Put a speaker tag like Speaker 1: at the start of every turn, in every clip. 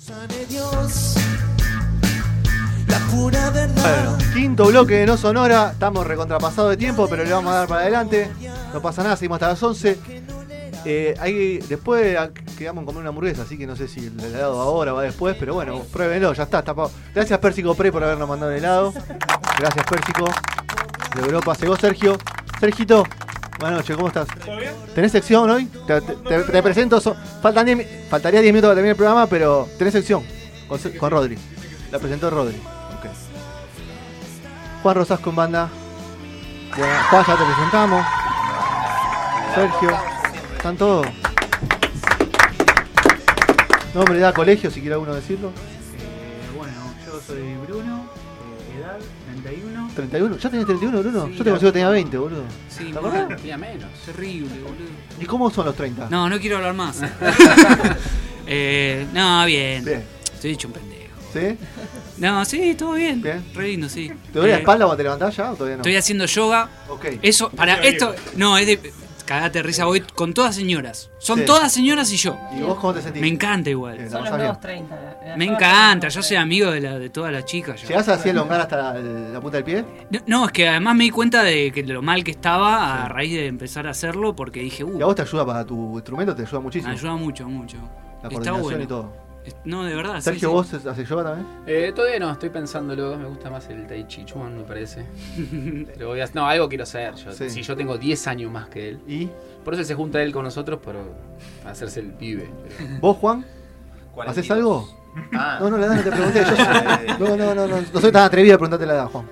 Speaker 1: Sane Dios, la pura verdad.
Speaker 2: Bueno, quinto bloque de No Sonora. Estamos recontrapasados de tiempo, pero le vamos a dar para adelante. No pasa nada, seguimos hasta las 11. Eh, hay- después ah, quedamos en comer una hamburguesa, así que no sé si el helado ahora o va después, pero bueno, pruébenlo, ya está tapado. Gracias Pérsico Pre por habernos mandado el helado. Gracias Pérsico. De Europa llegó Sergio. Sergito, buenas noches, ¿cómo estás?
Speaker 3: ¿Todo bien?
Speaker 2: ¿Tenés sección hoy? Te, te- te- te presento, so- faltan diez mi- faltaría 10 minutos para terminar el programa, pero tenés sección con, se- con Rodri. La presentó Rodri. Ok. Juan Rosas con banda. Bueno, Juan, ya te presentamos. Sergio. ¿Están todos? Nombre, edad, colegio, si quiere alguno decirlo.
Speaker 4: Eh, bueno, yo soy Bruno, eh, edad 31.
Speaker 2: 31. ¿Ya tenés 31, Bruno?
Speaker 4: Sí,
Speaker 2: Yo te
Speaker 4: ya.
Speaker 2: consigo que tenía 20, boludo.
Speaker 4: Sí,
Speaker 2: ¿Te acordás?
Speaker 4: me tira menos, horrible, boludo.
Speaker 2: ¿Y cómo son los 30?
Speaker 4: No, no quiero hablar más. Eh, no, bien.
Speaker 2: Bien.
Speaker 4: Estoy hecho un pendejo.
Speaker 2: ¿Sí?
Speaker 4: No, sí, todo bien.
Speaker 2: Bien.
Speaker 4: Re lindo, sí.
Speaker 2: ¿Te duele la
Speaker 4: Eh,
Speaker 2: espalda cuando te levantás ya o todavía no?
Speaker 4: Estoy haciendo yoga.
Speaker 2: Ok.
Speaker 4: Eso, para esto. No, es de. Cagate de risa, voy con todas señoras. Son
Speaker 2: Sí.
Speaker 4: todas señoras y yo.
Speaker 2: ¿Y vos cómo te sentís?
Speaker 4: Me encanta
Speaker 2: Bien.
Speaker 4: igual.
Speaker 2: La
Speaker 5: Son los
Speaker 2: pasás
Speaker 5: nuevos 30. la-
Speaker 4: Me
Speaker 5: la-
Speaker 4: encanta, yo soy amigo de, la, de todas las chicas. yo.
Speaker 2: ¿Llegás así a elongar hasta la, la punta del pie?
Speaker 4: No, no, es que además me di cuenta de que lo mal que estaba a raíz de empezar a hacerlo porque dije, uh,
Speaker 2: Y a vos te ayuda para tu instrumento, te ayuda muchísimo.
Speaker 4: me ayuda mucho, mucho.
Speaker 2: La
Speaker 4: Está
Speaker 2: coordinación
Speaker 4: bueno.
Speaker 2: y todo.
Speaker 4: Es- No, de verdad. sí,
Speaker 2: Sergio,
Speaker 4: sí.
Speaker 2: ¿vos haces yoga también?
Speaker 6: Eh, todavía no, estoy pensándolo. Me gusta más el Tai Chi Chuan, me parece. Pero voy a- no, algo quiero hacer. Yo,
Speaker 2: Sí.
Speaker 6: Si yo tengo 10 años más que él.
Speaker 2: ¿Y
Speaker 6: Por eso se junta él con nosotros, pero para hacerse el pibe. Pero-
Speaker 2: vos, Juan? ¿Haces
Speaker 7: 42.
Speaker 2: algo?
Speaker 7: Ah,
Speaker 2: No, no, la edad no te pregunté. Yo soy- no, no, no, no, no soy tan atrevido a preguntarte la edad, Juan.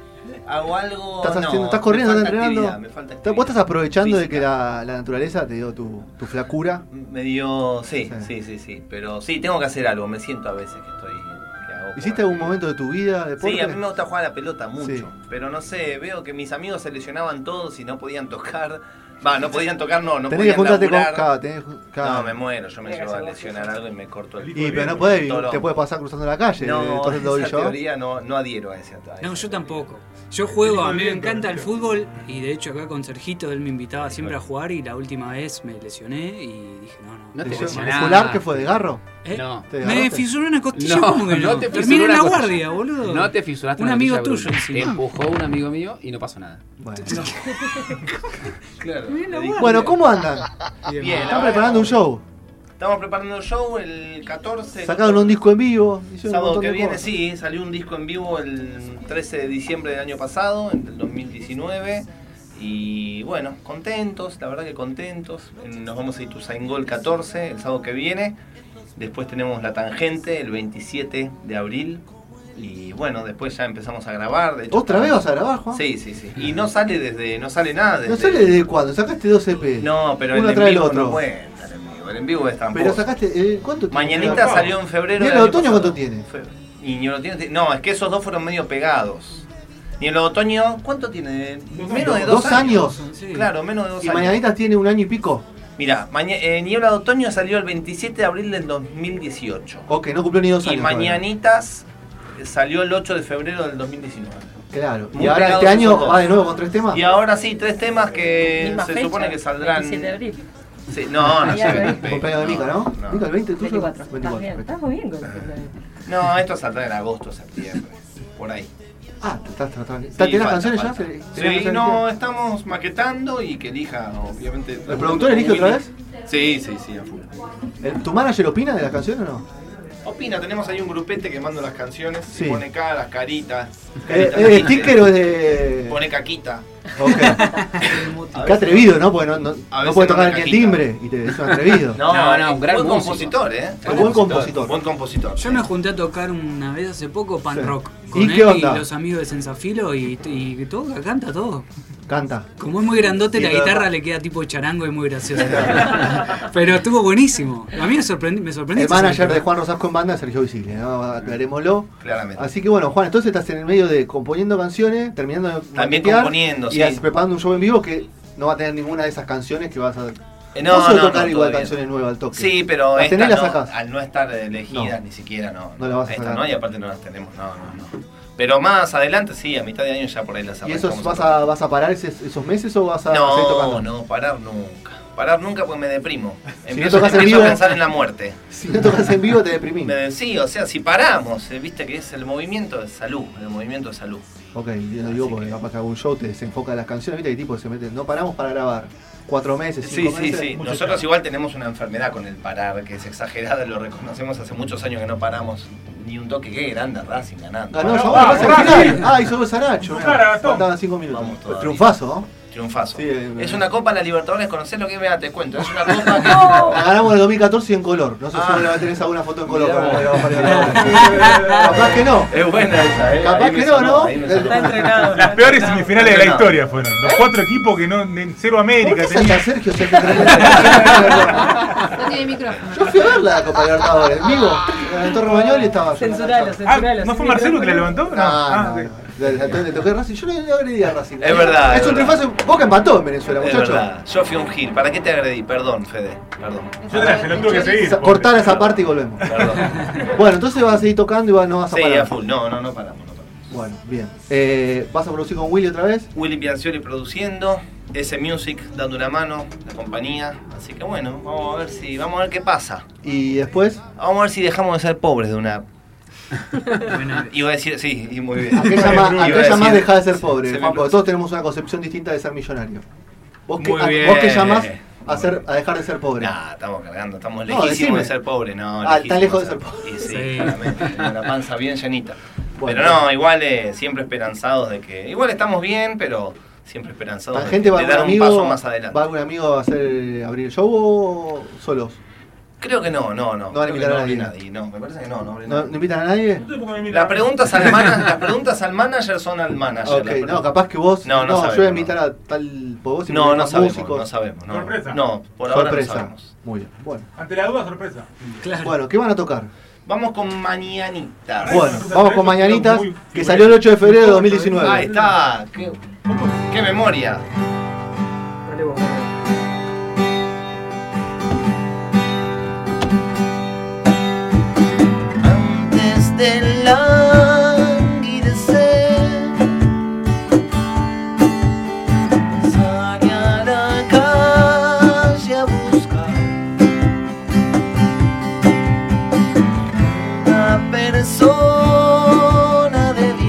Speaker 7: hago algo.
Speaker 2: Estás
Speaker 7: no,
Speaker 2: haciendo- estás corriendo,
Speaker 7: me
Speaker 2: estás
Speaker 7: falta
Speaker 2: entrenando.
Speaker 7: actividad, me falta
Speaker 2: Está- Vos
Speaker 7: actividad
Speaker 2: estás aprovechando de que
Speaker 7: física.
Speaker 2: la, la naturaleza te dio tu, tu flacura.
Speaker 7: Me dio. Sí,
Speaker 2: Sí.
Speaker 7: sí, sí, sí, Pero sí, tengo que hacer algo. Me siento a veces que estoy. Que hago
Speaker 2: ¿Hiciste
Speaker 7: por-
Speaker 2: algún momento de tu vida, deporte?
Speaker 7: Sí, a mí me gusta jugar a la pelota mucho.
Speaker 2: Sí.
Speaker 7: Pero no sé, veo que mis amigos se lesionaban todos y no podían tocar. Va, no podían tocar, no, no
Speaker 2: tenés que
Speaker 7: podían
Speaker 2: juntarte con...
Speaker 7: laburar.
Speaker 2: cada- tenés que ju- cada-
Speaker 7: No, me muero, yo me
Speaker 5: Tenés que
Speaker 7: llevo a
Speaker 5: hacer vos
Speaker 7: lesionar
Speaker 5: cosas.
Speaker 7: algo y me corto el
Speaker 2: Y pero no podés,
Speaker 7: todo lo-
Speaker 2: te puede pasar cruzando la calle. eh,
Speaker 7: No,
Speaker 2: todo el doble
Speaker 7: esa
Speaker 2: yo.
Speaker 7: teoría no, no adhiero a esa a
Speaker 4: No, yo
Speaker 7: esa teoría.
Speaker 4: tampoco. Yo juego, a mí me
Speaker 3: Viento,
Speaker 4: encanta el
Speaker 3: Sergio.
Speaker 4: fútbol y de hecho acá con Sergito él me invitaba siempre a jugar y la última vez me lesioné y dije, no, no.
Speaker 6: No te
Speaker 2: ¿Lesión
Speaker 6: lesionás.
Speaker 2: muscular que fue de garro?
Speaker 4: ¿Eh?
Speaker 6: No.
Speaker 2: ¿Te
Speaker 4: Me
Speaker 2: agarraste?
Speaker 4: fisuró una costilla
Speaker 6: No,
Speaker 4: como que no.
Speaker 6: no te
Speaker 4: Terminé
Speaker 6: fisuró
Speaker 4: en
Speaker 6: una
Speaker 4: la guardia,
Speaker 6: costilla.
Speaker 4: boludo.
Speaker 6: No te fisuraste
Speaker 4: Un
Speaker 6: una
Speaker 4: amigo
Speaker 6: rodilla,
Speaker 4: tuyo
Speaker 6: Bruno.
Speaker 4: encima.
Speaker 6: Te empujó un amigo mío y no pasó nada.
Speaker 2: Bueno.
Speaker 7: Claro.
Speaker 4: la
Speaker 7: Bien,
Speaker 2: Bueno, ¿cómo andan?
Speaker 7: Bien,
Speaker 2: Están
Speaker 7: ahora
Speaker 2: preparando un show.
Speaker 7: Estamos preparando el show el 14.
Speaker 2: Sacaron un disco en vivo. hicieron un
Speaker 7: Sábado
Speaker 2: montón
Speaker 7: que
Speaker 2: de
Speaker 7: viene,
Speaker 2: cosas.
Speaker 7: sí, salió un disco en vivo el 13 de diciembre del año pasado, del 2019. Y bueno, contentos, la verdad que contentos. Nos vamos a ir el 14, el sábado que viene. Después tenemos La Tangente, el 27 de abril. Y bueno, después ya empezamos a grabar. de hecho,
Speaker 2: ¿Otra vez
Speaker 7: estamos-
Speaker 2: vas a grabar, Juan?
Speaker 7: Sí, sí, sí. Y no sale desde, no sale nada desde...
Speaker 2: ¿No sale desde cuándo? Sacaste dos E EP.
Speaker 7: No, pero
Speaker 2: Uno
Speaker 7: el en
Speaker 2: trae el
Speaker 7: vivo
Speaker 2: otro.
Speaker 7: no cuenta, el en vivo. El en vivo es tramposo.
Speaker 2: Pero sacaste. eh, ¿Cuánto tiempo?
Speaker 7: Mañanita salió en febrero.
Speaker 2: ¿Y el
Speaker 7: del año
Speaker 2: otoño
Speaker 7: pasado.
Speaker 2: cuánto tiene?
Speaker 7: Fe- Y ni el otoño ti- No, es que esos dos fueron medio pegados. Y el otoño, ¿cuánto tiene? Menos de dos,
Speaker 2: Dos años.
Speaker 4: Sí.
Speaker 7: Claro, menos de dos
Speaker 2: Y
Speaker 7: años.
Speaker 2: Mañanitas tiene un año y pico.
Speaker 7: Mira, maña- eh, Niebla de Otoño salió el 27 de abril del 2018.
Speaker 2: Ok, no cumplió ni dos
Speaker 7: Y
Speaker 2: años. todavía.
Speaker 7: Mañanitas eh, salió el 8 de febrero del 2019.
Speaker 2: Claro.
Speaker 7: Muy
Speaker 2: y ahora
Speaker 7: pegados
Speaker 2: este año
Speaker 7: esos dos.
Speaker 2: va de nuevo este con tres temas.
Speaker 7: Y ahora sí, tres temas que
Speaker 5: Misma
Speaker 7: Eh, se
Speaker 5: fecha,
Speaker 7: supone que saldrán.
Speaker 5: 27 de abril.
Speaker 7: Sí, no, no
Speaker 5: Ahí
Speaker 7: sé.
Speaker 5: abre.
Speaker 7: no,
Speaker 2: Cumpleaños de Mica, ¿no?
Speaker 7: no.
Speaker 2: Mica, el 20 tuyo.
Speaker 5: 24. Estás bien, estás muy bien con el 24.
Speaker 7: No, esto saldrá en agosto o septiembre. Por ahí.
Speaker 2: Ah, te estás tratando.
Speaker 7: Sí,
Speaker 2: ¿Tenés las
Speaker 7: falta,
Speaker 2: canciones ya?
Speaker 7: falta.
Speaker 2: ¿Tenés las
Speaker 7: Sí,
Speaker 2: canciones
Speaker 7: no,
Speaker 2: ya?
Speaker 7: estamos maquetando y que elija, obviamente.
Speaker 2: ¿El productor elige otra vez?
Speaker 7: Sí, sí, sí, a full.
Speaker 2: ¿El- ¿Tu manager opina de las canciones o no?
Speaker 7: Opina, tenemos ahí un grupete que manda las canciones,
Speaker 2: Sí.
Speaker 7: y pone caras, caritas.
Speaker 2: Eh,
Speaker 7: caritas
Speaker 2: ¿Es
Speaker 7: caritas. eh,
Speaker 2: sticker o es de.?
Speaker 7: Pone caquita.
Speaker 2: Ok. Qué atrevido, ¿no? Porque no, no,
Speaker 7: A
Speaker 2: no
Speaker 7: veces
Speaker 2: puede tocar
Speaker 7: una
Speaker 2: ni el
Speaker 7: cajita.
Speaker 2: timbre y te es un atrevido.
Speaker 7: No,
Speaker 6: No, no,
Speaker 7: es
Speaker 6: un gran
Speaker 7: buen
Speaker 6: músico.
Speaker 7: compositor, ¿eh?
Speaker 2: Un buen compositor.
Speaker 7: Buen compositor.
Speaker 4: Yo me junté a tocar una vez hace poco pan
Speaker 2: Sí.
Speaker 4: rock
Speaker 2: ¿Y
Speaker 4: con él
Speaker 2: qué onda?
Speaker 4: y los amigos de Sensafilo y, y todo, canta todo.
Speaker 2: Canta.
Speaker 4: Como es muy grandote,
Speaker 7: Y
Speaker 4: la
Speaker 7: lo-
Speaker 4: guitarra le queda tipo charango y muy gracioso. Pero estuvo buenísimo. A mí me sorprendió. Me sorprendió
Speaker 2: El
Speaker 4: este
Speaker 2: manager de
Speaker 4: señor.
Speaker 2: Juan Rosas con banda es Sergio Visible, ¿no? aclarémoslo.
Speaker 7: Claramente.
Speaker 2: Así que bueno, Juan, entonces estás en el medio de componiendo canciones, terminando de
Speaker 7: También
Speaker 2: maquetear
Speaker 7: componiendo,
Speaker 2: y
Speaker 7: sí.
Speaker 2: as- preparando un show en vivo que no va a tener ninguna de esas canciones que vas a.
Speaker 7: Eh,
Speaker 2: Vos sos de tocar
Speaker 7: todo
Speaker 2: igual
Speaker 7: bien.
Speaker 2: canciones nuevas al toque.
Speaker 7: Sí, pero
Speaker 2: Las
Speaker 7: esta
Speaker 2: tenés, las
Speaker 7: no,
Speaker 2: sacás.
Speaker 7: al no estar elegidas
Speaker 2: No.
Speaker 7: ni siquiera no.
Speaker 2: No las vas a
Speaker 7: esta
Speaker 2: sacar.
Speaker 7: no, y aparte no las tenemos, no, no, no. Pero más adelante sí, a mitad de año ya por ahí
Speaker 2: ¿Y
Speaker 7: las arrancamos
Speaker 2: esos vas
Speaker 7: tocar.
Speaker 2: a, vas a parar ese- esos meses o vas a seguir
Speaker 7: No,
Speaker 2: tocando?
Speaker 7: no, parar nunca. parar nunca porque me deprimo. Empiezo,
Speaker 2: tocas en
Speaker 7: empiezo
Speaker 2: vivo-
Speaker 7: a pensar en la muerte.
Speaker 2: Si no tocas en vivo, te deprimís.
Speaker 7: Me de- sí, o sea, si paramos, eh, viste que es el movimiento de salud, el movimiento de salud.
Speaker 2: Ok, yo lo digo porque capaz que algún show te desenfoca de las canciones, viste que tipo se mete, no paramos para grabar. Cuatro meses,
Speaker 7: Sí,
Speaker 2: cinco
Speaker 7: sí,
Speaker 2: meses.
Speaker 7: sí.
Speaker 2: mucho
Speaker 7: Nosotros igual tenemos una enfermedad con el parar, que es exagerada, lo reconocemos hace muchos años que no paramos ni un toque. Qué grande Racing ganando.
Speaker 2: Ganó
Speaker 3: Bueno,
Speaker 2: Saúl
Speaker 3: vamos,
Speaker 2: Racing al
Speaker 3: Racing.
Speaker 2: final. Ah, hizo gol Saracho.
Speaker 3: Claro, Gastón.
Speaker 2: Faltaban cinco minutos.
Speaker 7: Vamos todavía.
Speaker 2: Triunfazo, ¿no?
Speaker 7: Triunfazo.
Speaker 2: Sí, eh,
Speaker 7: es
Speaker 2: eh.
Speaker 7: una copa, la Libertadores, conocés lo que es, Mirá, te cuento. Es una copa que...
Speaker 2: La ganamos en el 2014 y en color. No sé
Speaker 7: Ah.
Speaker 2: si ahora tenés alguna foto en color.
Speaker 7: Mirá.
Speaker 2: para la- para la- Capaz que no.
Speaker 7: Es buena esa, eh.
Speaker 2: Capaz
Speaker 7: Ahí me
Speaker 2: que no,
Speaker 7: sonó,
Speaker 2: ¿no?
Speaker 7: ahí me sonó.
Speaker 8: Está entrenado.
Speaker 3: Las peores semifinales de la
Speaker 7: Entrenado.
Speaker 3: historia fueron. Los cuatro equipos que no. de- Cero
Speaker 2: ¿Por
Speaker 3: América
Speaker 2: qué Santa
Speaker 3: tenía.
Speaker 2: Sergio se Yo
Speaker 5: No tiene micrófono.
Speaker 2: fui a ver la Copa Libertadores, en vivo. Levantó Romagnoli y estaba yo.
Speaker 8: Censuralo,
Speaker 3: Ah,
Speaker 8: censuralo.
Speaker 3: ¿no fue Marcelo que la levantó?
Speaker 2: No,
Speaker 3: No. Ah,
Speaker 2: no,
Speaker 3: sí.
Speaker 2: no. Le- le- Le toqué Racing. Yo no le agredí a Racing.
Speaker 7: Es verdad,
Speaker 2: Es,
Speaker 7: es
Speaker 2: un
Speaker 7: verdad.
Speaker 2: triunfazo. Boca empató en Venezuela,
Speaker 7: Es
Speaker 2: muchachos.
Speaker 7: verdad. Yo fui un gil. ¿Para qué te agredí? Perdón, Fede. Perdón.
Speaker 3: Yo te la- se lo tuve que seguir.
Speaker 2: Sa- Cortar esa parte y volvemos.
Speaker 7: Perdón.
Speaker 2: Bueno, entonces vas a seguir tocando y vas- no vas a
Speaker 7: Sí,
Speaker 2: parar.
Speaker 7: a full. No, no, no paramos, no paramos.
Speaker 2: Bueno, bien. Eh, ¿Vas a producir con Willy otra vez?
Speaker 7: Willy Piancioli produciendo, S Music dando una mano, la compañía. Así que bueno, vamos a ver si, vamos a ver qué pasa.
Speaker 2: Y después,
Speaker 7: Vamos a ver si dejamos de ser pobres de una.
Speaker 4: Buena-
Speaker 7: Iba a decir, sí, y muy bien.
Speaker 2: ¿a qué llamás,
Speaker 7: Iba a
Speaker 2: a qué
Speaker 7: decir-
Speaker 2: llamás dejá de ser pobre?
Speaker 7: se me
Speaker 2: Juan?
Speaker 7: cruzó.
Speaker 2: Porque todos tenemos una concepción distinta de ser millonario. ¿Vos qué,
Speaker 7: Muy
Speaker 2: a-
Speaker 7: bien.
Speaker 2: vos qué llamás a, ser, a dejar de ser pobre?
Speaker 7: Nah, estamos cargando, estamos
Speaker 2: No,
Speaker 7: lejísimos
Speaker 2: decime.
Speaker 7: de ser pobres, no.
Speaker 2: Ah, tan
Speaker 7: lejísimos
Speaker 2: lejos de ser pobre.
Speaker 7: Y sí,
Speaker 4: Sí.
Speaker 7: claramente, tengo la panza bien llanita.
Speaker 2: Bueno.
Speaker 7: pero no, igual eh, siempre esperanzados de que. Igual estamos bien, pero siempre esperanzados
Speaker 2: ¿La
Speaker 7: de,
Speaker 2: gente va
Speaker 7: de
Speaker 2: algún
Speaker 7: dar un
Speaker 2: amigo,
Speaker 7: paso más adelante.
Speaker 2: ¿Va algún amigo a hacer, abrir el show o solos?
Speaker 7: Creo que no, no,
Speaker 2: No van
Speaker 7: no.
Speaker 2: a
Speaker 7: Creo que
Speaker 2: invitar a
Speaker 7: abre
Speaker 2: nadie.
Speaker 7: No, me parece que no, no. abre
Speaker 2: ¿No,
Speaker 7: nadie.
Speaker 2: no invitan a nadie?
Speaker 7: Las preguntas al manager, las preguntas al manager son al manager.
Speaker 2: Ok,
Speaker 7: las preguntas.
Speaker 2: no, capaz que vos.
Speaker 7: No, no
Speaker 2: yo voy a
Speaker 7: sabemos,
Speaker 2: invitar
Speaker 7: no.
Speaker 2: a tal. porque Vos
Speaker 7: No, no
Speaker 2: invitás
Speaker 7: sabemos,
Speaker 2: músicos.
Speaker 7: no sabemos. No,
Speaker 3: Sorpresa.
Speaker 7: No, por ahora
Speaker 2: Sorpresa.
Speaker 7: no sabemos.
Speaker 2: Muy bien. Bueno.
Speaker 3: Ante la duda, sorpresa.
Speaker 4: Claro.
Speaker 2: bueno, ¿qué van a tocar?
Speaker 7: Vamos con mañanitas.
Speaker 2: Bueno,
Speaker 3: Sorpresa,
Speaker 2: vamos con
Speaker 3: sorpresa,
Speaker 2: Mañanitas,
Speaker 3: muy
Speaker 2: que
Speaker 3: figurante.
Speaker 2: salió el 8 de febrero de
Speaker 7: Ahí
Speaker 2: 2019.
Speaker 7: está. Qué, qué memoria.
Speaker 8: Dale vos.
Speaker 1: antes del languidecer. Salí a la calle a buscar una persona de bien.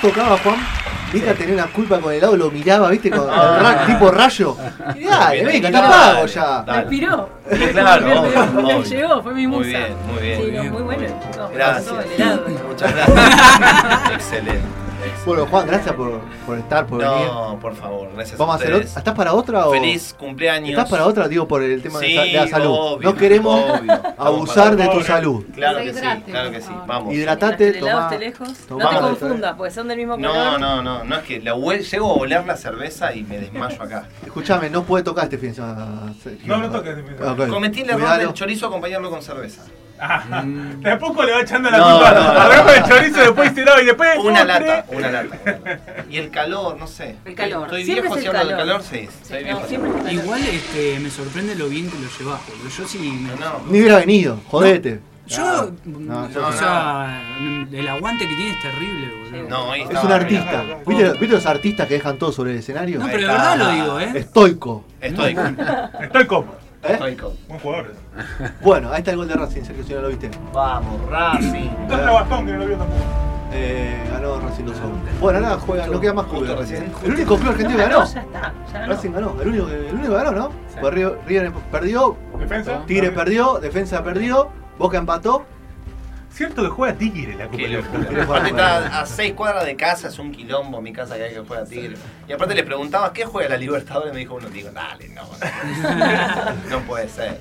Speaker 2: tocaba Juan, Vita tenía una culpa con el lado, lo miraba, ¿viste? Con
Speaker 7: Ah.
Speaker 2: el ra- tipo rayo. Y dale, venga, te apago ya.
Speaker 7: Dale.
Speaker 5: Respiró.
Speaker 7: Sí, claro, obvio,
Speaker 5: Nunca
Speaker 7: obvio.
Speaker 5: llegó, fue mi musa.
Speaker 7: Muy bien, muy bien.
Speaker 5: Sí, no, muy bueno,
Speaker 7: bien.
Speaker 5: chicos. Me pasó
Speaker 7: Gracias.
Speaker 5: el helado.
Speaker 7: Muchas gracias. Excelente.
Speaker 2: Bueno, Juan, gracias por, por estar, por venir.
Speaker 7: No, por favor, gracias.
Speaker 2: Vamos a hacer otra.
Speaker 7: ustedes.
Speaker 2: ¿Estás para otra o.?
Speaker 7: Feliz cumpleaños.
Speaker 2: ¿Estás para otra? Digo, por el tema de
Speaker 7: Sí,
Speaker 2: sa- de, la salud.
Speaker 7: obvio,
Speaker 2: no queremos
Speaker 7: obvio. Estamos
Speaker 2: abusar
Speaker 7: para-
Speaker 2: de tu
Speaker 3: Pobre.
Speaker 2: salud.
Speaker 7: Claro que sí,
Speaker 9: Deshidrate,
Speaker 7: claro
Speaker 9: por
Speaker 7: que sí.
Speaker 9: favor.
Speaker 7: Vamos.
Speaker 2: Hidratate,
Speaker 5: Mientras el helado
Speaker 2: tomá.
Speaker 5: esté este lejos.
Speaker 2: tomá.
Speaker 5: No te
Speaker 7: Vamos,
Speaker 5: confundas, porque son del mismo
Speaker 7: No,
Speaker 5: color.
Speaker 7: no, no, no es que la vuel- llego a volar la cerveza y me desmayo acá.
Speaker 2: Escuchame, no puede tocar este fin de semana. Sergio.
Speaker 3: No, no toca este fin de semana.
Speaker 2: Ok.
Speaker 7: Cometí el error
Speaker 2: Cuidalo.
Speaker 7: del chorizo acompañarlo con cerveza.
Speaker 3: Ah, De a poco le va echando la
Speaker 7: Mm. No,
Speaker 3: culpa.
Speaker 7: no, no.
Speaker 3: Agarró con el chorizo, después tirado y después.
Speaker 7: Una
Speaker 3: postre.
Speaker 7: lata, una lata, una lata. Y el calor, no sé.
Speaker 9: El calor.
Speaker 7: Estoy
Speaker 5: Siempre
Speaker 7: viejo
Speaker 5: es el
Speaker 7: si hablo del
Speaker 5: calor.
Speaker 7: calor, sí. Estoy
Speaker 5: Sí,
Speaker 7: viejo
Speaker 5: no,
Speaker 7: si
Speaker 5: siempre
Speaker 7: hablo del
Speaker 5: es
Speaker 4: Igual este, me sorprende lo bien que lo llevas, boludo. Yo sí me-
Speaker 7: calor. No,
Speaker 2: Ni hubiera venido, jodete.
Speaker 4: Yo, mm,
Speaker 2: No,
Speaker 4: o
Speaker 7: no,
Speaker 4: sea, el aguante que tiene es terrible, boludo.
Speaker 7: no, ahí
Speaker 2: es
Speaker 7: estaba
Speaker 2: un
Speaker 7: bien.
Speaker 2: artista.
Speaker 3: no, no.
Speaker 2: ¿Viste, viste los artistas que dejan todo sobre el escenario?
Speaker 4: No, pero de verdad lo digo, ¿eh?
Speaker 2: Estoico. ¿Eh?
Speaker 7: Estoy con.
Speaker 3: Estoy como.
Speaker 7: Estoy con.
Speaker 3: Buen jugador.
Speaker 2: Bueno, ahí está el gol de Racing, Sergio, si no lo viste.
Speaker 7: Vamos, Racing.
Speaker 3: Contra Bastón, que no lo vio tampoco.
Speaker 2: Eh, ganó Racing 2 Bueno, nada, juega, no queda más
Speaker 7: Justo
Speaker 2: clubes.
Speaker 7: recién,
Speaker 2: ¿eh? El único club
Speaker 5: No,
Speaker 2: argentino que
Speaker 5: ganó,
Speaker 2: ganó.
Speaker 5: ya está. Ya ganó.
Speaker 2: Racing ganó, el único, el único que ganó, ¿no?
Speaker 6: Sí.
Speaker 2: Fue Río- River perdió,
Speaker 3: Defensa.
Speaker 2: Tigre
Speaker 7: Ah,
Speaker 3: También.
Speaker 2: perdió, Defensa perdió, Boca empató.
Speaker 3: Cierto que juega Tigre la Copa
Speaker 7: Qué
Speaker 3: de la
Speaker 7: locura.
Speaker 3: Libertadores.
Speaker 7: Aparte está a seis cuadras de casa, es un quilombo mi casa que hay que juega Tigre. Y aparte le preguntabas qué juega la Libertadores y me dijo uno, digo, dale, no. no. No puede ser.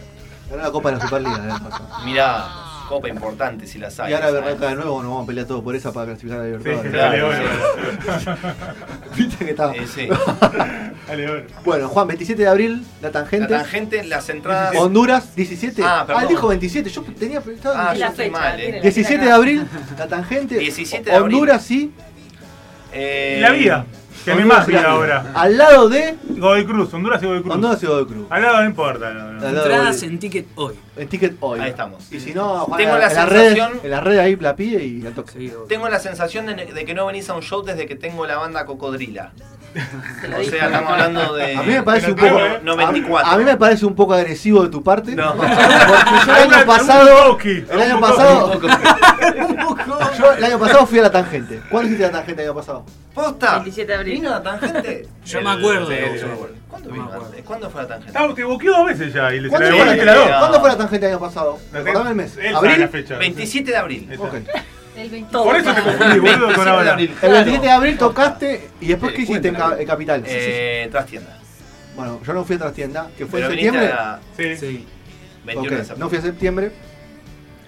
Speaker 2: Ganó la Copa de la Superliga. el año pasado.
Speaker 7: Mirá, copa importante si las hay.
Speaker 2: Y ahora
Speaker 7: ¿sabes?
Speaker 2: Berraca de nuevo, nos vamos a pelear todo por esa para clasificar a la
Speaker 3: Sí, sí,
Speaker 2: Libertadores.
Speaker 3: dale oro.
Speaker 2: Viste que estaba.
Speaker 7: Eh, sí.
Speaker 3: Dale oro.
Speaker 2: Bueno, Juan, 27 de abril, La
Speaker 7: La
Speaker 2: Tangente.
Speaker 7: tangente, las entradas.
Speaker 2: Honduras, 17.
Speaker 7: Ah, perdón.
Speaker 2: él dijo 27. Yo tenía. estaba-
Speaker 7: Ah,
Speaker 5: Es
Speaker 7: yo
Speaker 5: la
Speaker 7: estoy
Speaker 5: fecha,
Speaker 7: mal, eh.
Speaker 5: tiene la
Speaker 2: 17 de
Speaker 5: fecha.
Speaker 2: abril, La Tangente.
Speaker 7: 17 de abril.
Speaker 2: Honduras, sí.
Speaker 7: eh,
Speaker 3: Y la vida. Que me
Speaker 2: Honduras
Speaker 3: más
Speaker 2: y la
Speaker 3: vida
Speaker 2: vida.
Speaker 3: ahora.
Speaker 2: Al lado de
Speaker 3: Godoy Cruz, Honduras y Godoy Cruz.
Speaker 2: Honduras y Godoy Cruz.
Speaker 3: Al lado no importa. no, no.
Speaker 2: Al lado de
Speaker 4: Entradas
Speaker 2: Bolivia.
Speaker 4: en ticket hoy.
Speaker 2: En Ticket Hoy.
Speaker 7: Ahí estamos.
Speaker 2: Y si no, Juan,
Speaker 7: Tengo
Speaker 2: en
Speaker 7: la
Speaker 2: las redes-
Speaker 7: sensación-
Speaker 2: En las redes ahí la pide y la toca.
Speaker 4: Sí, hoy.
Speaker 7: Tengo la sensación de, de que no venís a un show desde que tengo la banda Cocodrila.
Speaker 5: Te lo
Speaker 7: O
Speaker 5: dije.
Speaker 7: sea, estamos hablando de.
Speaker 2: A mí me parece un
Speaker 3: Pero
Speaker 2: poco.
Speaker 3: claro, eh.
Speaker 7: 94.
Speaker 2: A, a mí me parece un poco agresivo de tu parte.
Speaker 7: No.
Speaker 2: Porque yo el
Speaker 3: Algún-
Speaker 2: año
Speaker 3: algún
Speaker 2: pasado.
Speaker 3: toque,
Speaker 2: El
Speaker 3: algún
Speaker 2: año
Speaker 3: toque.
Speaker 2: pasado. Yo el año pasado fui a la tangente. ¿Cuándo hiciste la tangente el año pasado?
Speaker 7: ¿Posta?
Speaker 5: 27 de abril.
Speaker 7: ¿Vino la tangente?
Speaker 4: Yo me acuerdo de
Speaker 7: el-
Speaker 4: eso.
Speaker 7: ¿Cuándo
Speaker 4: No
Speaker 7: vino?
Speaker 4: me acuerdo.
Speaker 7: antes? ¿Cuándo fue la tangente?
Speaker 3: Ah, te boqueó dos veces ya y le
Speaker 2: ¿Cuándo
Speaker 3: se la
Speaker 2: fue la,
Speaker 3: devolviste la dos.
Speaker 7: no.
Speaker 2: ¿cuándo fue la tangente el año pasado?
Speaker 3: La
Speaker 2: Recordame el mes.
Speaker 3: fecha- él sabe la
Speaker 2: ¿Abril?
Speaker 3: fecha.
Speaker 7: 27 de abril.
Speaker 2: Ok.
Speaker 9: El 20
Speaker 5: Todo.
Speaker 3: Por eso te confundí, boludo, con
Speaker 7: 27 de
Speaker 3: ahora.
Speaker 7: abril.
Speaker 2: El
Speaker 7: claro.
Speaker 2: 27 de abril tocaste y después
Speaker 7: Eh,
Speaker 2: ¿qué hiciste en,
Speaker 7: cuéntame.
Speaker 2: Ca- en Capital?
Speaker 7: Eh, trastienda.
Speaker 2: Bueno, yo no fui a Trastienda, que fue en
Speaker 7: Pero viniste
Speaker 2: septiembre.
Speaker 7: a
Speaker 3: Sí.
Speaker 4: Sí.
Speaker 7: 21
Speaker 2: Ok,
Speaker 7: de septiembre.
Speaker 2: no fui a septiembre.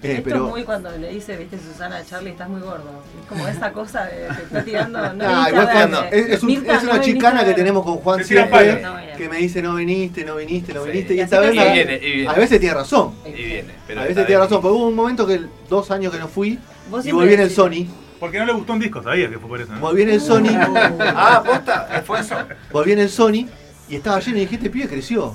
Speaker 2: Eh,
Speaker 5: Esto
Speaker 2: pero.
Speaker 5: es muy cuando le dice, viste, Susana a Charlie, estás muy gordo. Es como esa cosa de te está tirando. No
Speaker 2: Ah,
Speaker 5: viniste
Speaker 2: igual
Speaker 5: a
Speaker 2: fue-
Speaker 5: verme.
Speaker 2: es, es un-
Speaker 5: Mirta,
Speaker 2: es una
Speaker 5: no viniste a
Speaker 2: chicana que
Speaker 5: verme.
Speaker 2: tenemos con Juan
Speaker 3: Te tira
Speaker 2: siempre,
Speaker 5: palo. No, bien.
Speaker 2: que me dice no viniste, no viniste, no
Speaker 7: Sí.
Speaker 2: viniste. Y
Speaker 5: Y
Speaker 2: esta
Speaker 5: así
Speaker 2: vez
Speaker 5: no
Speaker 2: a-
Speaker 7: viene, y viene.
Speaker 2: a veces tiene razón.
Speaker 7: Y viene. Pero
Speaker 2: a veces
Speaker 7: esta
Speaker 2: tiene
Speaker 7: vez-
Speaker 2: razón, porque hubo un momento que dos años que no fui
Speaker 5: Vos
Speaker 2: y
Speaker 5: siempre
Speaker 2: volví en el
Speaker 5: decís-
Speaker 2: Sony.
Speaker 3: Porque no le gustó un disco, sabía que fue por eso. ¿no?
Speaker 2: Volví en el Sony,
Speaker 5: Uh.
Speaker 7: Ah, posta, fue eso.
Speaker 2: volví en el Sony y estaba lleno y dije, este pibe creció.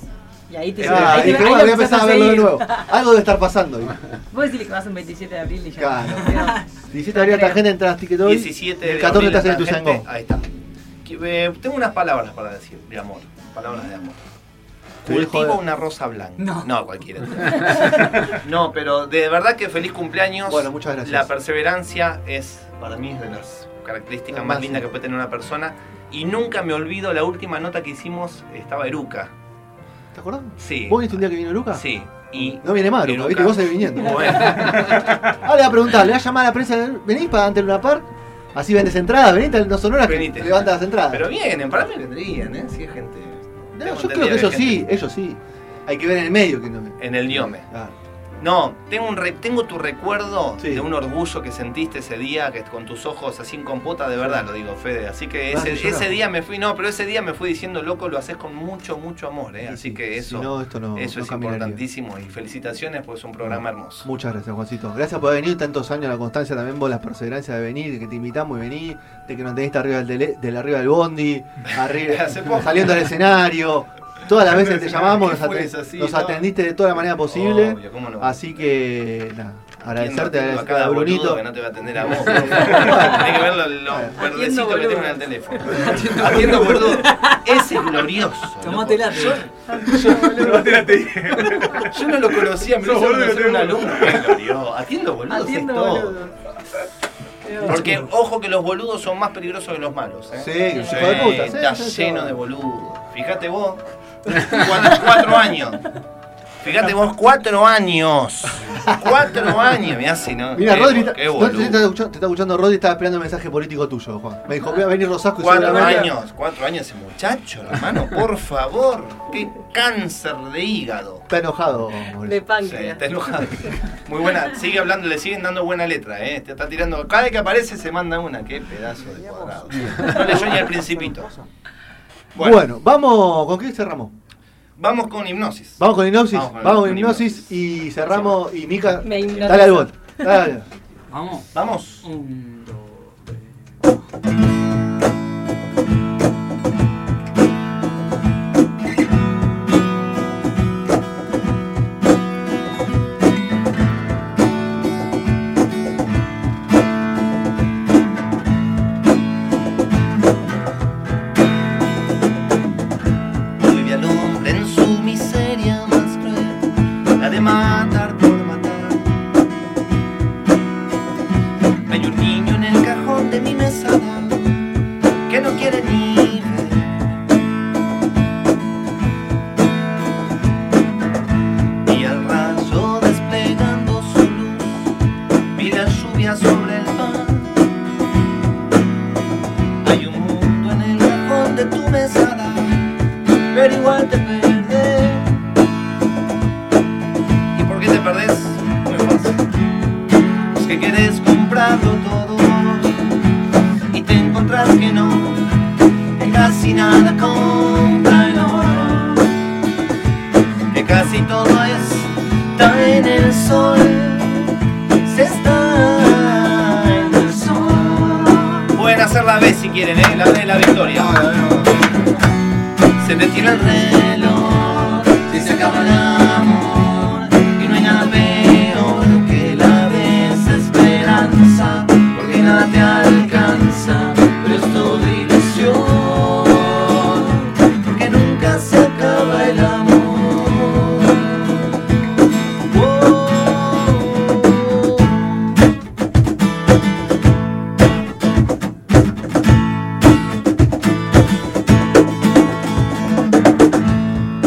Speaker 5: Y ahí te
Speaker 2: Ah,
Speaker 5: ahí te-
Speaker 2: dije,
Speaker 5: ahí
Speaker 2: bueno,
Speaker 5: lo
Speaker 2: voy a empezar
Speaker 5: empezás
Speaker 2: a verlo de
Speaker 5: seguir.
Speaker 2: nuevo. Algo debe estar pasando. dije.
Speaker 5: Vos decís que vas un 27 de abril y ya.
Speaker 2: Claro.
Speaker 5: Pero-
Speaker 2: 17 de abril
Speaker 5: creo.
Speaker 2: la gente entra a Ticket hoy.
Speaker 7: 17
Speaker 2: y
Speaker 7: de
Speaker 2: El 14
Speaker 7: abril,
Speaker 2: estás en
Speaker 7: la
Speaker 2: tu
Speaker 7: gente-
Speaker 2: sangón.
Speaker 7: Ahí está. Que, eh, tengo unas palabras para decir de amor. Palabras de amor.
Speaker 2: Te dejo
Speaker 7: Cultivo
Speaker 2: de-
Speaker 7: una rosa blanca.
Speaker 4: No.
Speaker 7: cualquiera. no, pero de verdad que feliz cumpleaños.
Speaker 2: Bueno, muchas gracias.
Speaker 7: La perseverancia es, para mí, es de las características
Speaker 2: Ah,
Speaker 7: más
Speaker 2: sí.
Speaker 7: lindas que puede tener una persona. Y nunca me olvido, la última nota que hicimos estaba Eruca.
Speaker 2: ¿Te acordás?
Speaker 7: Sí.
Speaker 2: ¿Vos viniste un día que vino Luca?
Speaker 7: Sí. Y
Speaker 2: No viene más, Luca,
Speaker 7: Eruca.
Speaker 2: viste, vos seguís viniendo.
Speaker 7: Bueno,
Speaker 2: Ahora Ah, le va a preguntar, le va a llamar a la prensa, venís para ante Luna Park, así vendes entradas, venite al No Sonora que
Speaker 7: Venite.
Speaker 2: levanta las entradas.
Speaker 7: pero vienen, para mí vendrían, ¿eh? Sí, hay gente.
Speaker 2: No,
Speaker 7: tengo
Speaker 2: yo creo
Speaker 7: entendido
Speaker 2: que ellos
Speaker 7: hay gente
Speaker 2: sí, ellos sí. Hay que ver en el medio que no me.
Speaker 7: En el diome.
Speaker 2: Ah,
Speaker 7: No, tengo, un re- tengo tu recuerdo
Speaker 2: Sí.
Speaker 7: de un orgullo que sentiste ese día, que con tus ojos así en compota, de verdad lo digo, Fede. Así que
Speaker 2: Me hace
Speaker 7: ese,
Speaker 2: llorar.
Speaker 7: ese día me fui, no, pero ese día me fui diciendo, loco, lo haces con mucho, mucho amor, ¿eh? Así que eso,
Speaker 2: Si no, esto no.
Speaker 7: eso
Speaker 2: no Mm.
Speaker 7: es
Speaker 2: caminaría.
Speaker 7: importantísimo. Y felicitaciones, porque es un programa hermoso.
Speaker 2: Muchas gracias, Juancito. Gracias por haber venido tantos años, la constancia también, vos la perseverancia de venir, de que te invitamos y venir, de que nos teniste arriba del, tele- del arriba del bondi, arriba,
Speaker 7: Hace poco.
Speaker 2: saliendo del escenario. Todas las veces te llamamos,
Speaker 7: ¿Qué
Speaker 2: nos,
Speaker 7: fue
Speaker 2: aten-
Speaker 7: eso? Sí,
Speaker 2: nos
Speaker 7: no.
Speaker 2: atendiste de toda la manera posible.
Speaker 7: Obvio, ¿cómo no?
Speaker 2: Así que, nada, agradecerte,
Speaker 7: Atiendo a
Speaker 2: agradecerte
Speaker 7: cada
Speaker 2: a Brunito.
Speaker 7: boludo que no te va a atender a vos. Tenés que ver los, los verdecitos que
Speaker 5: boludo.
Speaker 7: tengo en el teléfono. Atiendo boludo. Ese es glorioso.
Speaker 4: Tomate
Speaker 7: loco.
Speaker 4: late.
Speaker 7: Yo,
Speaker 3: No, te la te dije.
Speaker 7: yo no lo conocía, me lo
Speaker 3: Sos
Speaker 7: hizo
Speaker 3: boludo,
Speaker 7: conocer un
Speaker 3: tenés-
Speaker 7: alumno. Qué glorioso. Atiendo boludo.
Speaker 5: Atiendo,
Speaker 7: es todo.
Speaker 5: boludo.
Speaker 7: Qué Porque ojo que los boludos son más peligrosos que los malos. ¿eh?
Speaker 2: Sí, que los hijos de puta, sí,
Speaker 7: Está
Speaker 2: sí, sí.
Speaker 7: lleno de boludos. Fíjate vos, cuatro, cuatro años. Fíjate vos, cuatro años. Cuatro años. Mirá si no.
Speaker 2: Mira,
Speaker 7: qué
Speaker 2: Rodri,
Speaker 7: bo-
Speaker 2: está-
Speaker 7: qué
Speaker 2: no,
Speaker 7: boludo.
Speaker 2: te, está escuchando, te está escuchando Rodri, estaba esperando un mensaje político tuyo, Juan. Me dijo, voy a venir Rosasco y
Speaker 7: Cuatro
Speaker 2: seguramente-
Speaker 7: años, cuatro años ese muchacho, hermano, por favor. Qué cáncer de hígado.
Speaker 2: Está enojado,
Speaker 5: De
Speaker 2: Mauricio.
Speaker 7: Sí,
Speaker 5: páncreas.
Speaker 7: está enojado. Muy buena, sigue hablando, le siguen dando buena letra, eh. Te está tirando. Cada vez que aparece se manda una, qué pedazo de cuadrado. No leyó ni al principito.
Speaker 2: Bueno.
Speaker 7: Bueno,
Speaker 2: vamos, ¿con qué cerramos?
Speaker 7: vamos con hipnosis.
Speaker 2: Vamos con hipnosis,
Speaker 7: Vamos con-
Speaker 2: vamos con
Speaker 7: con
Speaker 2: hipnosis y cerramos y Mica,
Speaker 5: Me hipnotiza.
Speaker 2: dale al bot. Dale.
Speaker 4: Vamos.
Speaker 7: Vamos.
Speaker 4: Un, dos, tres.
Speaker 7: Vive al hombre en su miseria más cruel, la de matar por matar. Hay un niño en el cajón de mi mesada que no quiere ni ver. Y al rayo desplegando su luz, vi la lluvia sobre el pan. Hay un mundo en el cajón de tu mesada pero igual te perdés. ¿Y por qué te perdés? Muy fácil. Es que querés comprarlo todo y te encontrás que no, que casi nada compra el oro, que casi todo está en el sol. Se está en el sol. Pueden hacer la B si quieren, ¿eh? la B de la victoria. Se detiene el reloj, si se acaba el amor Y no hay nada peor que la desesperanza Porque nada te alcanza, pero es toda ilusión Porque nunca se acaba el amor Oh.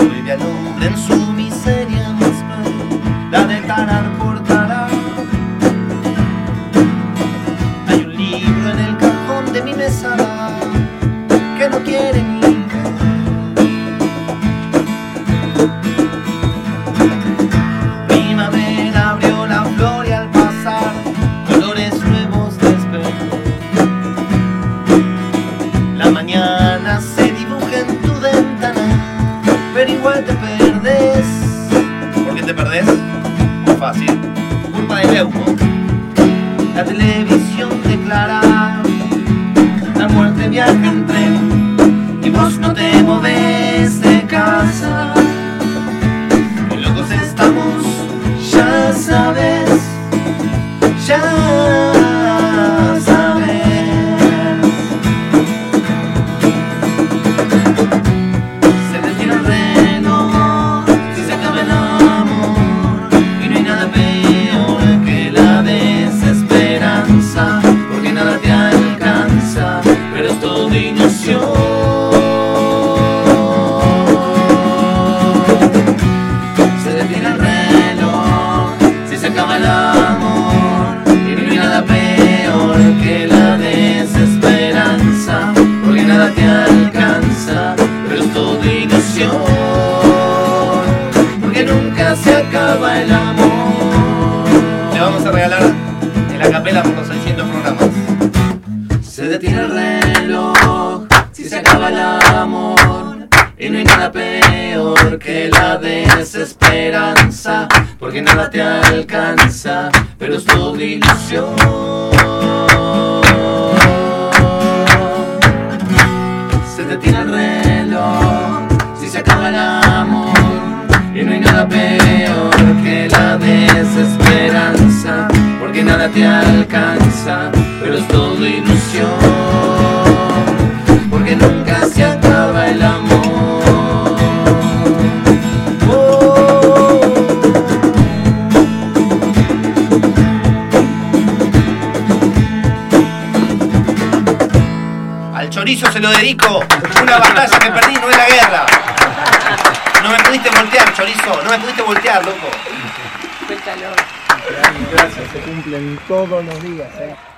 Speaker 7: Vuelve al hombre en su miseria más cruel, la de tarar por tarar. Hay un libro en el cajón de mi mesa que no quiere ni ver. Primavera abrió la flor y al pasar colores nuevos despertó. La mañana se dibuja en tu ventana pero igual te perdés. ¿Por qué te perdés? Muy fácil. Culpa de Leuco. La televisión declara la muerte viaja en tren y vos no te moves de casa. Qué locos estamos, ya sabes, ya sabes. Se detiene el reloj, si se acaba el amor Y no hay nada peor que la desesperanza Porque nada te alcanza, pero es todo ilusión Se detiene el reloj, si se acaba el amor Y no hay nada peor que la desesperanza Porque nada te alcanza, pero es todo ilusión Porque nunca se acaba el amor Le vamos a regalar el acapela por los 600 programas se detiene el reloj, si se acaba el amor. Y no hay nada peor que la desesperanza, porque nada te alcanza, pero es todo ilusión. Se detiene el reloj, si se acaba el amor. Y no hay nada peor que la desesperanza, porque nada te alcanza, pero es todo ilusión, porque nunca se acaba el amor. Oh. Chorizo se lo dedico. Una batalla que perdí, no es la guerra. No me pudiste voltear, Chorizo. No me pudiste voltear, loco.
Speaker 5: Fue el calor.
Speaker 8: Gracias, se cumplen todos los días. ¿eh?